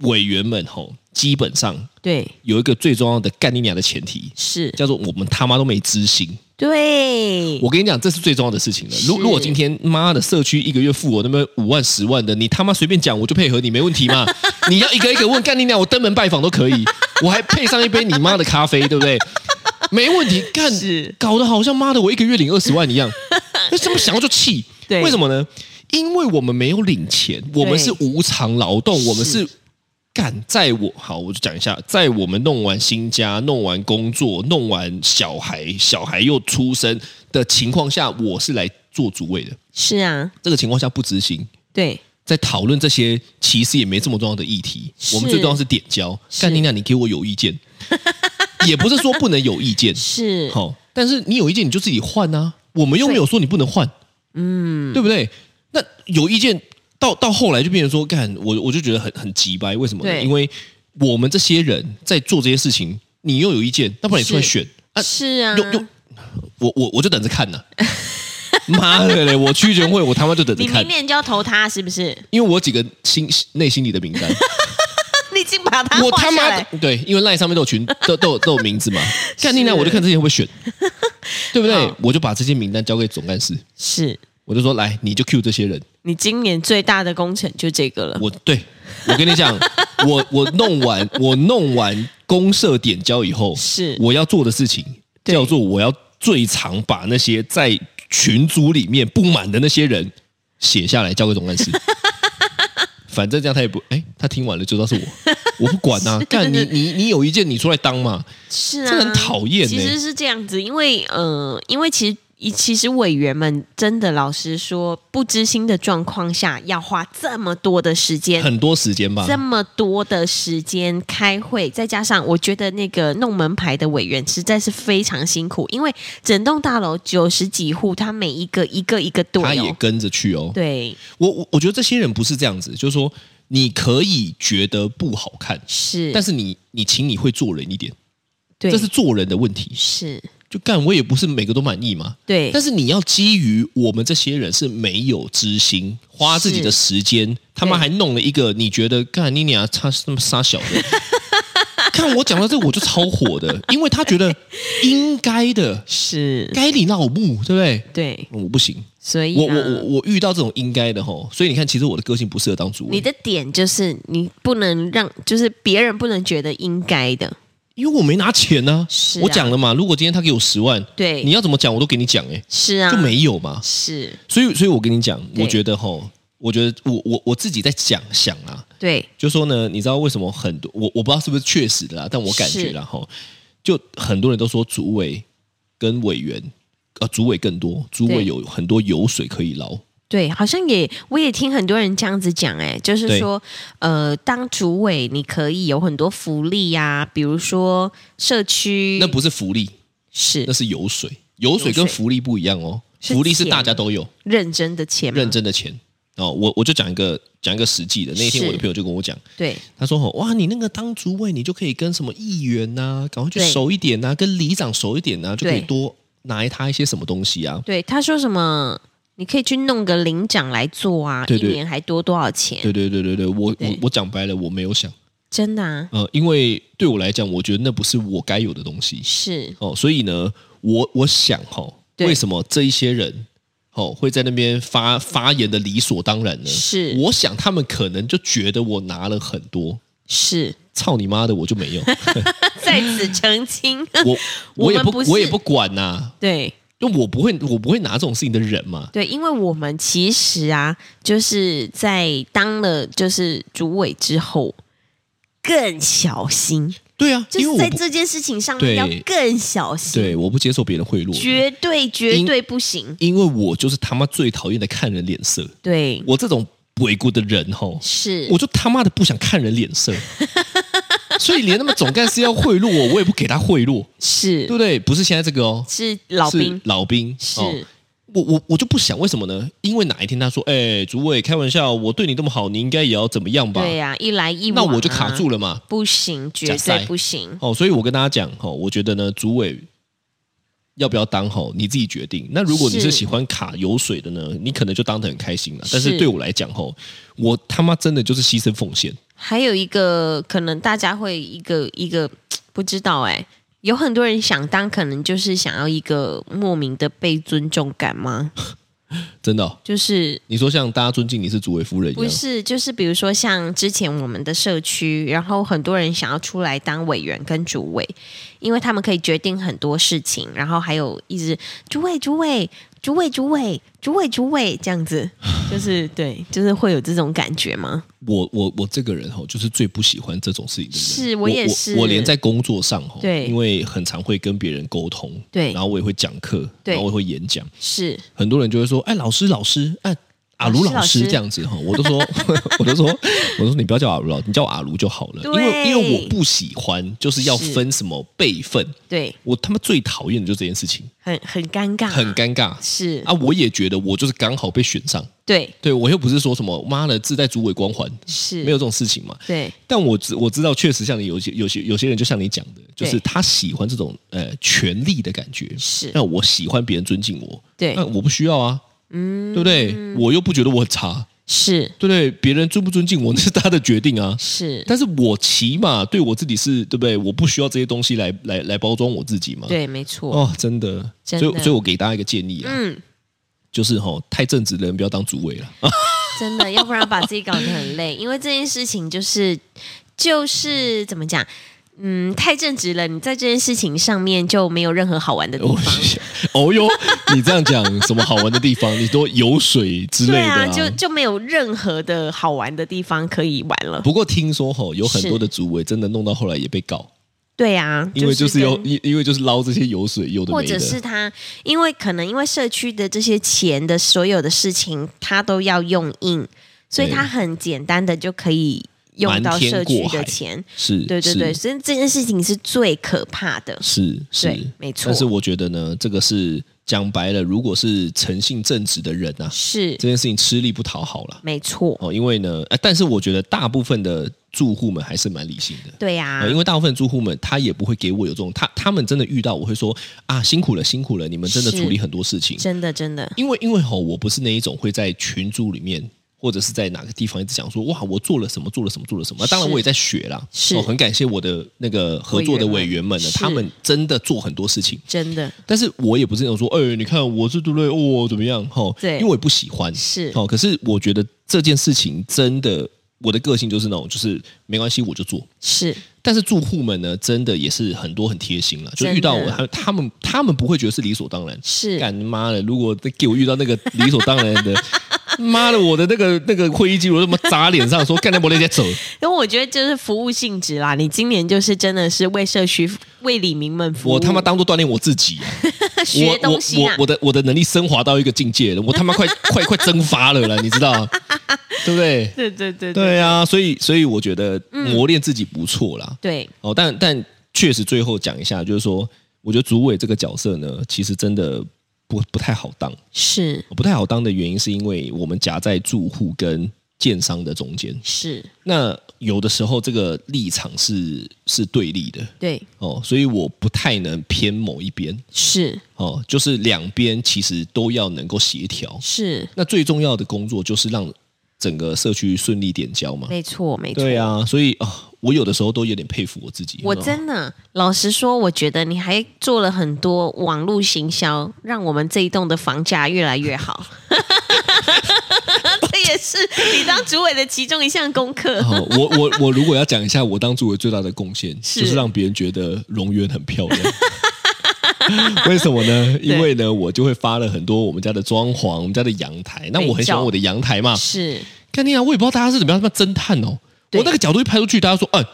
[SPEAKER 3] 委员们吼，基本上
[SPEAKER 2] 对
[SPEAKER 3] 有一个最重要的干你娘的前提，
[SPEAKER 2] 是，
[SPEAKER 3] 叫做我们他妈都没知心。
[SPEAKER 2] 对
[SPEAKER 3] 我跟你讲，这是最重要的事情了。如
[SPEAKER 2] 是
[SPEAKER 3] 如果今天妈的社区一个月付我那么五万十万的，你他妈随便讲，我就配合你，没问题嘛？你要一个一个问干你娘，我登门拜访都可以，我还配上一杯你妈的咖啡，对不对？没问题，干
[SPEAKER 2] 是
[SPEAKER 3] 搞得好像妈的我一个月领二十万一样，那这么想要就气，
[SPEAKER 2] 对
[SPEAKER 3] 为什么呢？因为我们没有领钱，我们是无偿劳动，我们是干在我好，我就讲一下，在我们弄完新家、弄完工作、弄完小孩，小孩又出生的情况下，我是来做主位的。
[SPEAKER 2] 是啊，
[SPEAKER 3] 这个情况下不执行，
[SPEAKER 2] 对
[SPEAKER 3] 在讨论这些其实也没这么重要的议题。我们最重要是点交。
[SPEAKER 2] 是
[SPEAKER 3] 干你娘，你给我有意见，也不是说不能有意见，
[SPEAKER 2] 是，
[SPEAKER 3] 好、但是你有意见你就自己换啊，我们又没有说你不能换，嗯，对不对？那有意见到到后来就变成说，干我我就觉得很很急掰，为什么呢？
[SPEAKER 2] 对
[SPEAKER 3] 因为我们这些人在做这些事情，你又有意见，那不然你出来
[SPEAKER 2] 是
[SPEAKER 3] 选啊？
[SPEAKER 2] 是啊，
[SPEAKER 3] 又又我我我就等着看 呢、妈的嘞！我区全会，我他妈就等着
[SPEAKER 2] 你
[SPEAKER 3] 看
[SPEAKER 2] 明，年就要投他是不是？
[SPEAKER 3] 因为我有几个心内心里的名单，
[SPEAKER 2] 你已经把他
[SPEAKER 3] 我
[SPEAKER 2] 画
[SPEAKER 3] 他
[SPEAKER 2] 下
[SPEAKER 3] 妈
[SPEAKER 2] 来
[SPEAKER 3] 的对，因为赖上面都有群 都都有都有名字嘛，干你娘！我就看这些人会不会选，对不对
[SPEAKER 2] 好？
[SPEAKER 3] 我就把这些名单交给总干事，
[SPEAKER 2] 是
[SPEAKER 3] 我就说来，你就 Q 这些人。
[SPEAKER 2] 你今年最大的工程就这个了，
[SPEAKER 3] 我对我跟 你讲，我我弄完我弄完公社点交以后，
[SPEAKER 2] 是
[SPEAKER 3] 我要做的事情
[SPEAKER 2] 对
[SPEAKER 3] 叫做我要最常把那些在群组里面不满的那些人写下来交给总干 事。反正这样他也不哎，他听完了就知道是我，我不管呐、干你你你有意见你出来当嘛，
[SPEAKER 2] 是啊，
[SPEAKER 3] 这很讨厌
[SPEAKER 2] 其
[SPEAKER 3] 欸
[SPEAKER 2] 实是这样子，因为呃，因为其实。以其实委员们真的，老实说，不知心的状况下，要花这么多的时间，
[SPEAKER 3] 很啊多时间吧。
[SPEAKER 2] 这么多的时间开会，再加上我觉得那个弄门牌的委员实在是非常辛苦，因为整栋大楼九十几户，他每一个一个一个对
[SPEAKER 3] 他也
[SPEAKER 2] 哦，
[SPEAKER 3] 跟着去哦。
[SPEAKER 2] 对，
[SPEAKER 3] 我我我觉得这些人不是这样子，就是说你可以觉得不好看，
[SPEAKER 2] 是，
[SPEAKER 3] 但
[SPEAKER 2] 是
[SPEAKER 3] 是你你请你会做人一点，
[SPEAKER 2] 对，
[SPEAKER 3] 这是做人的问题。
[SPEAKER 2] 是，
[SPEAKER 3] 就干我也不是每个都满意嘛，
[SPEAKER 2] 对，
[SPEAKER 3] 但是你要基于我们这些人是没有知心，花自己的时间，他妈还弄了一个你觉得干你俩他是那么傻小 的。看我讲到这个我就超火的，因为他觉得应该的，
[SPEAKER 2] 是，
[SPEAKER 3] 该你老母，对不对？
[SPEAKER 2] 对，
[SPEAKER 3] 我不行，
[SPEAKER 2] 所以
[SPEAKER 3] 我
[SPEAKER 2] 啊
[SPEAKER 3] 我我我遇到这种应该的吼，所以你看，其实我的个性不适合当主
[SPEAKER 2] 你
[SPEAKER 3] 委，
[SPEAKER 2] 的点就是你不能让，就是别人不能觉得应该的，
[SPEAKER 3] 因为我没拿钱呢、
[SPEAKER 2] 是啊
[SPEAKER 3] 我讲了嘛，如果今天他给我十万，
[SPEAKER 2] 对
[SPEAKER 3] 你要怎么讲我都给你讲、欸，
[SPEAKER 2] 是啊，
[SPEAKER 3] 就没有嘛。
[SPEAKER 2] 是，
[SPEAKER 3] 所以，所以我跟你讲，
[SPEAKER 2] 对
[SPEAKER 3] 我觉得吼，我觉得我我我自己在讲想啊，
[SPEAKER 2] 对，
[SPEAKER 3] 就说呢，你知道为什么很多我我不知道是不是确实的啦，但我感觉然后就很多人都说主委跟委员，呃，主委更多，主
[SPEAKER 2] 对嗯
[SPEAKER 3] 委有很多油水可以捞，
[SPEAKER 2] 对，好像也我也听很多人这样子讲、哎，就是
[SPEAKER 3] 对
[SPEAKER 2] 说，呃，当主委你可以有很多福利呀、比如说社区，
[SPEAKER 3] 那不是福利，那
[SPEAKER 2] 是
[SPEAKER 3] 是油水，油水
[SPEAKER 2] 油水
[SPEAKER 3] 跟福利不一样哦，
[SPEAKER 2] 是
[SPEAKER 3] 福利是
[SPEAKER 2] 钱
[SPEAKER 3] 大家都有，
[SPEAKER 2] 认真的钱吗，
[SPEAKER 3] 认真的钱哦，我我就讲一个讲一个实际的，那一天
[SPEAKER 2] 是
[SPEAKER 3] 我的朋友就跟我讲，
[SPEAKER 2] 对
[SPEAKER 3] 他说：“吼，哇，你那个当主委，你就可以跟什么议员呐、赶快去
[SPEAKER 2] 对
[SPEAKER 3] 熟一点呐、啊跟里长熟一点呐、就可以
[SPEAKER 2] 对
[SPEAKER 3] 多拿他一些什么东西啊。
[SPEAKER 2] 对，他说什么，你可以去弄个领奖来做啊，
[SPEAKER 3] 对对
[SPEAKER 2] 一年还多多少”钱，
[SPEAKER 3] 对对对对对，我我
[SPEAKER 2] 对
[SPEAKER 3] 我讲白了，我没有想，
[SPEAKER 2] 真的啊，
[SPEAKER 3] 呃，因为对我来讲，我觉得那不是我该有的东西
[SPEAKER 2] 是
[SPEAKER 3] 哦，所以呢，我我想哈、吼
[SPEAKER 2] 对
[SPEAKER 3] 为什么这一些人哦会在那边发发言的理所当然呢？
[SPEAKER 2] 是
[SPEAKER 3] 我想他们可能就觉得我拿了很多，
[SPEAKER 2] 是，
[SPEAKER 3] 操你妈的，我就 没有，
[SPEAKER 2] 在此澄清，
[SPEAKER 3] 我我也
[SPEAKER 2] 我们
[SPEAKER 3] 不
[SPEAKER 2] 不是
[SPEAKER 3] 我也不管呐、
[SPEAKER 2] 对。
[SPEAKER 3] 就我不会，我不会拿这种事情的人嘛。
[SPEAKER 2] 对，因为我们其实啊，就是在当了就是主委之后，更小心，
[SPEAKER 3] 对啊，
[SPEAKER 2] 就
[SPEAKER 3] 因
[SPEAKER 2] 是
[SPEAKER 3] 为
[SPEAKER 2] 在
[SPEAKER 3] 我不
[SPEAKER 2] 这件事情上面
[SPEAKER 3] 对
[SPEAKER 2] 要更小心，
[SPEAKER 3] 对我不接受别人贿赂，
[SPEAKER 2] 绝对绝对不行。
[SPEAKER 3] 因为我就是他妈最讨厌的看人脸色。
[SPEAKER 2] 对，
[SPEAKER 3] 我这种鬼谷的人吼，
[SPEAKER 2] 是
[SPEAKER 3] 我就他妈的不想看人脸色。所以连那么总干事要贿赂我，我也不给他贿赂，对
[SPEAKER 2] 是
[SPEAKER 3] 不对？不是现在这个哦，
[SPEAKER 2] 是老兵
[SPEAKER 3] 是，老兵
[SPEAKER 2] 是、
[SPEAKER 3] 哦我我我就不想，为什么呢？因为哪一天他说，哎、主委开玩笑，我对你这么好，你应该也要怎么样吧？
[SPEAKER 2] 对啊呀、一来一
[SPEAKER 3] 那
[SPEAKER 2] 往、啊
[SPEAKER 3] 我就卡住，了嘛。
[SPEAKER 2] 不行，绝
[SPEAKER 3] 假塞
[SPEAKER 2] 对不行，
[SPEAKER 3] 哦，所以我跟大家讲，哦，我觉得呢，主委要不要当，哦，你自己决定。那如果你
[SPEAKER 2] 是
[SPEAKER 3] 是喜欢卡油水的呢，你可能就当得很开心了。但
[SPEAKER 2] 是
[SPEAKER 3] 是对我来讲，哦，我他妈真的就是牺牲奉献。
[SPEAKER 2] 还有一个可能大家会一个一个不知道哎、有很多人想当，可能就是想要一个莫名的被尊重感吗？
[SPEAKER 3] 真的哦、
[SPEAKER 2] 就是
[SPEAKER 3] 你说像大家尊敬你是主委夫人一
[SPEAKER 2] 不
[SPEAKER 3] 样，
[SPEAKER 2] 是就是比如说像之前我们的社区，然后很多人想要出来当委员跟主委，因为他们可以决定很多事情，然后还有一直主委主委主委主委主委主委这样 子，就是对，就是会有这种感觉吗？
[SPEAKER 3] 我我我这个人哦，就是最不喜欢这种事情的人。
[SPEAKER 2] 是我
[SPEAKER 3] 我
[SPEAKER 2] 也是
[SPEAKER 3] 我，我连在工作上哦，
[SPEAKER 2] 对
[SPEAKER 3] 因为很常会跟别人沟通，
[SPEAKER 2] 对
[SPEAKER 3] 然后我也会讲课，
[SPEAKER 2] 对
[SPEAKER 3] 然后我也会演讲，
[SPEAKER 2] 是
[SPEAKER 3] 很多人就会说，哎，老师，老师，哎。阿卢
[SPEAKER 2] 老
[SPEAKER 3] 老
[SPEAKER 2] 师
[SPEAKER 3] 师这样子哈，我都说， 我都说，我都说你不要叫阿卢老，你叫我阿卢就好了，
[SPEAKER 2] 对
[SPEAKER 3] 因为因为我不喜欢就是要
[SPEAKER 2] 是
[SPEAKER 3] 分什么辈分，
[SPEAKER 2] 对，
[SPEAKER 3] 我他妈最讨厌的就是这件事情，
[SPEAKER 2] 很很尴尬，
[SPEAKER 3] 很尴尬
[SPEAKER 2] 啊是
[SPEAKER 3] 啊！我也觉得我就是刚好被选上，
[SPEAKER 2] 对，
[SPEAKER 3] 对我又不是说什么妈的自带主委光环，
[SPEAKER 2] 是
[SPEAKER 3] 嗯没有这种事情嘛。
[SPEAKER 2] 对
[SPEAKER 3] 但我知我知道，确实像你有些有些有些人，就像你讲的，就是
[SPEAKER 2] 对
[SPEAKER 3] 他喜欢这种呃权力的感觉。
[SPEAKER 2] 是
[SPEAKER 3] 那我喜欢别人尊敬我，
[SPEAKER 2] 对
[SPEAKER 3] 那我不需要啊，嗯，对不对？我又不觉得我很差，
[SPEAKER 2] 是
[SPEAKER 3] 对不对？别人尊不尊敬我，那是他的决定啊。
[SPEAKER 2] 是，
[SPEAKER 3] 但是我起码对我自己是对不对？我不需要这些东西来来来包装我自己嘛。
[SPEAKER 2] 对，没错，
[SPEAKER 3] 哦，真的，
[SPEAKER 2] 真的
[SPEAKER 3] 所以所以我给大家一个建议啊，
[SPEAKER 2] 嗯，
[SPEAKER 3] 就是吼、太正直的人不要当主委 了。
[SPEAKER 2] 真的，要不然把自己搞得很累，因为这件事情就是就是怎么讲，嗯，太正直了，你在这件事情上面就没有任何好玩的地
[SPEAKER 3] 我
[SPEAKER 2] 方。
[SPEAKER 3] 想，哦哟，你这样讲什么好玩的地方？你说有水之类
[SPEAKER 2] 对
[SPEAKER 3] 的、
[SPEAKER 2] 啊，就就没有任何的好玩的地方可以玩了。
[SPEAKER 3] 不过听说吼、有很多的主委真的弄到后来也被告，
[SPEAKER 2] 对啊，
[SPEAKER 3] 因为就是
[SPEAKER 2] 跟
[SPEAKER 3] 有因因为就是捞这些油水有的
[SPEAKER 2] 或
[SPEAKER 3] 没
[SPEAKER 2] 者
[SPEAKER 3] 的，
[SPEAKER 2] 是他，因为可能因为社区的这些钱的所有的事情，他都要用印，所以
[SPEAKER 3] 对
[SPEAKER 2] 他很简单的就可以用到
[SPEAKER 3] 瞒天
[SPEAKER 2] 社区
[SPEAKER 3] 过
[SPEAKER 2] 的
[SPEAKER 3] 海
[SPEAKER 2] 钱。
[SPEAKER 3] 是，
[SPEAKER 2] 对对对，
[SPEAKER 3] 是
[SPEAKER 2] 所以这件事情是最可怕的。
[SPEAKER 3] 是
[SPEAKER 2] 对
[SPEAKER 3] 是，
[SPEAKER 2] 没错
[SPEAKER 3] 但是我觉得呢，这个是讲白了，如果是诚信正直的人啊，
[SPEAKER 2] 是
[SPEAKER 3] 这件事情吃力不讨好啦。
[SPEAKER 2] 没错，
[SPEAKER 3] 哦，因为呢，呃但是我觉得大部分的住户们还是蛮理性的。
[SPEAKER 2] 对啊呀、
[SPEAKER 3] 呃因为大部分住户们他也不会给我有这种，他他们真的遇到我会说啊辛苦了辛苦了，你们真的
[SPEAKER 2] 是
[SPEAKER 3] 处理很多事情，
[SPEAKER 2] 真的真的
[SPEAKER 3] 因为因为吼，我不是那一种会在群组里面或者是在哪个地方一直讲说哇，我做了什么，做了什么，做了什么。啊
[SPEAKER 2] 是
[SPEAKER 3] 当然我也在学啦，
[SPEAKER 2] 是
[SPEAKER 3] 哦，很感谢我的那个合作的
[SPEAKER 2] 委
[SPEAKER 3] 委
[SPEAKER 2] 员啊
[SPEAKER 3] 员们呢，
[SPEAKER 2] 是
[SPEAKER 3] 他们真的做很多事情。
[SPEAKER 2] 真的
[SPEAKER 3] 但是我也不是那种说，哎、你看我是对不对？哦，怎么样？吼，
[SPEAKER 2] 对
[SPEAKER 3] 因为我也不喜欢。
[SPEAKER 2] 是
[SPEAKER 3] 哦，可是我觉得这件事情真的，我的个性就是那种，就是没关系我就做。
[SPEAKER 2] 是
[SPEAKER 3] 但是住户们呢，真的也是很多很贴心了，就
[SPEAKER 2] 真的
[SPEAKER 3] 遇到我，他他们他们不会觉得是理所当然，
[SPEAKER 2] 是
[SPEAKER 3] 干妈的！如果再给我遇到那个理所当然的， 妈的，我的那个那个会议记录他妈砸脸上，说干那我那些走，
[SPEAKER 2] 因为我觉得就是服务性质啦。你今年就是真的是为社区、为里民们服务，
[SPEAKER 3] 我他妈当做锻炼我 自己、啊，
[SPEAKER 2] 学
[SPEAKER 3] 我
[SPEAKER 2] 东
[SPEAKER 3] 我
[SPEAKER 2] 西
[SPEAKER 3] 我
[SPEAKER 2] 啊，
[SPEAKER 3] 我的我的能力升华到一个境界 了，我他妈快快快蒸发了啦，你知道，对不对？
[SPEAKER 2] 对嗯对对对
[SPEAKER 3] 对啊，所以所以我觉得磨练自己不错啦。
[SPEAKER 2] 对，
[SPEAKER 3] 哦，但但确实最后讲一下，就是说，我觉得主委这个角色呢，其实真的不不太好当，哦
[SPEAKER 2] 是
[SPEAKER 3] 不太好当的原因是因为我们夹在住户跟建商的中间。
[SPEAKER 2] 是，
[SPEAKER 3] 那有的时候这个立场是是对立的
[SPEAKER 2] 对
[SPEAKER 3] 哦，所以我不太能偏某一边
[SPEAKER 2] 是
[SPEAKER 3] 哦，就是两边其实都要能够协调。
[SPEAKER 2] 是，
[SPEAKER 3] 那最重要的工作就是让整个社区顺利点交嘛。
[SPEAKER 2] 没错没错。
[SPEAKER 3] 对啊，所以啊、我有的时候都有点佩服我自己。
[SPEAKER 2] 我
[SPEAKER 3] 哦
[SPEAKER 2] 真的老实说，我觉得你还做了很多网络行销，让我们这一栋的房价越来越好。 这也是你当主委的其中一项功课。
[SPEAKER 3] 好，哦我我我如果要讲一下我当主委最大的贡献，
[SPEAKER 2] 是
[SPEAKER 3] 就是让别人觉得容渊很漂亮。 为什么呢？因为呢，我就会发了很多我们家的装潢、我们家的阳台。那我很喜欢我的阳台嘛。
[SPEAKER 2] 是
[SPEAKER 3] 看你啊，我也不知道大家是怎么样他妈侦探哦。
[SPEAKER 2] 对
[SPEAKER 3] 我那个角度一拍出去，大家说：“哎，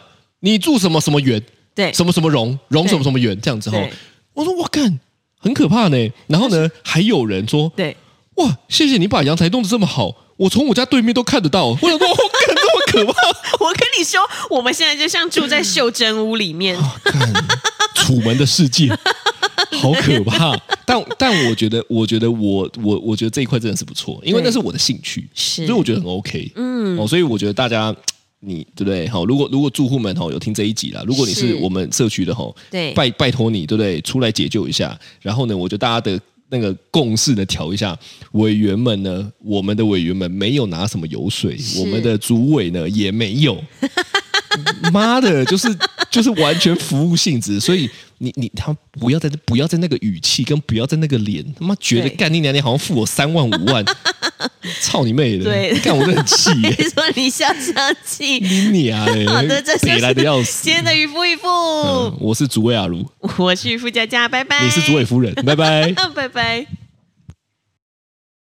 [SPEAKER 3] 你住什么什么园，
[SPEAKER 2] 对，
[SPEAKER 3] 什么什么荣，荣
[SPEAKER 2] 对
[SPEAKER 3] 什么什么园，这样子哦
[SPEAKER 2] 对。”
[SPEAKER 3] 我说：“我干，很可怕呢。”然后呢，还有人说：“
[SPEAKER 2] 对，
[SPEAKER 3] 哇，谢谢你把阳台弄得这么好，我从我家对面都看得到。我想说，我看这么可怕！
[SPEAKER 2] 我跟你说，我们现在就像住在袖珍屋里面，
[SPEAKER 3] 哦看楚门的世界，好可怕！但但我觉得，我觉得我我我觉得这一块真的是不错，因为
[SPEAKER 2] 对
[SPEAKER 3] 那是我的兴趣，
[SPEAKER 2] 是
[SPEAKER 3] 所以我觉得很 OK。嗯，哦，所以我觉得大家。你对不对？好，如果如果住户们吼有听这一集啦，如果你是
[SPEAKER 2] 是
[SPEAKER 3] 我们社区的吼，
[SPEAKER 2] 对
[SPEAKER 3] 拜拜托你，对不对？出来解救一下。然后呢，我就大家的那个共识呢调一下，委员们呢，我们的委员们没有拿什么油水，我们的组委呢也没 有，妈的，就是就是完全服务性质，所以你你他不要在不要在那个语气跟不要在那个脸，他妈觉得
[SPEAKER 2] 对
[SPEAKER 3] 干你娘，你好像付我三万五 万，操你妹的！
[SPEAKER 2] 对
[SPEAKER 3] 干我真的很气
[SPEAKER 2] 跟
[SPEAKER 3] 耶，
[SPEAKER 2] 你说你笑笑气。
[SPEAKER 3] 你你啊嘞，
[SPEAKER 2] 好的，这就
[SPEAKER 3] 北来
[SPEAKER 2] 是哦
[SPEAKER 3] 的要死。
[SPEAKER 2] 今天的渔夫渔夫，
[SPEAKER 3] 嗯，我是主委阿如，
[SPEAKER 2] 我是渔夫佳佳，拜拜。 嗯
[SPEAKER 3] 你是主委，夫人，拜拜。
[SPEAKER 2] 拜拜。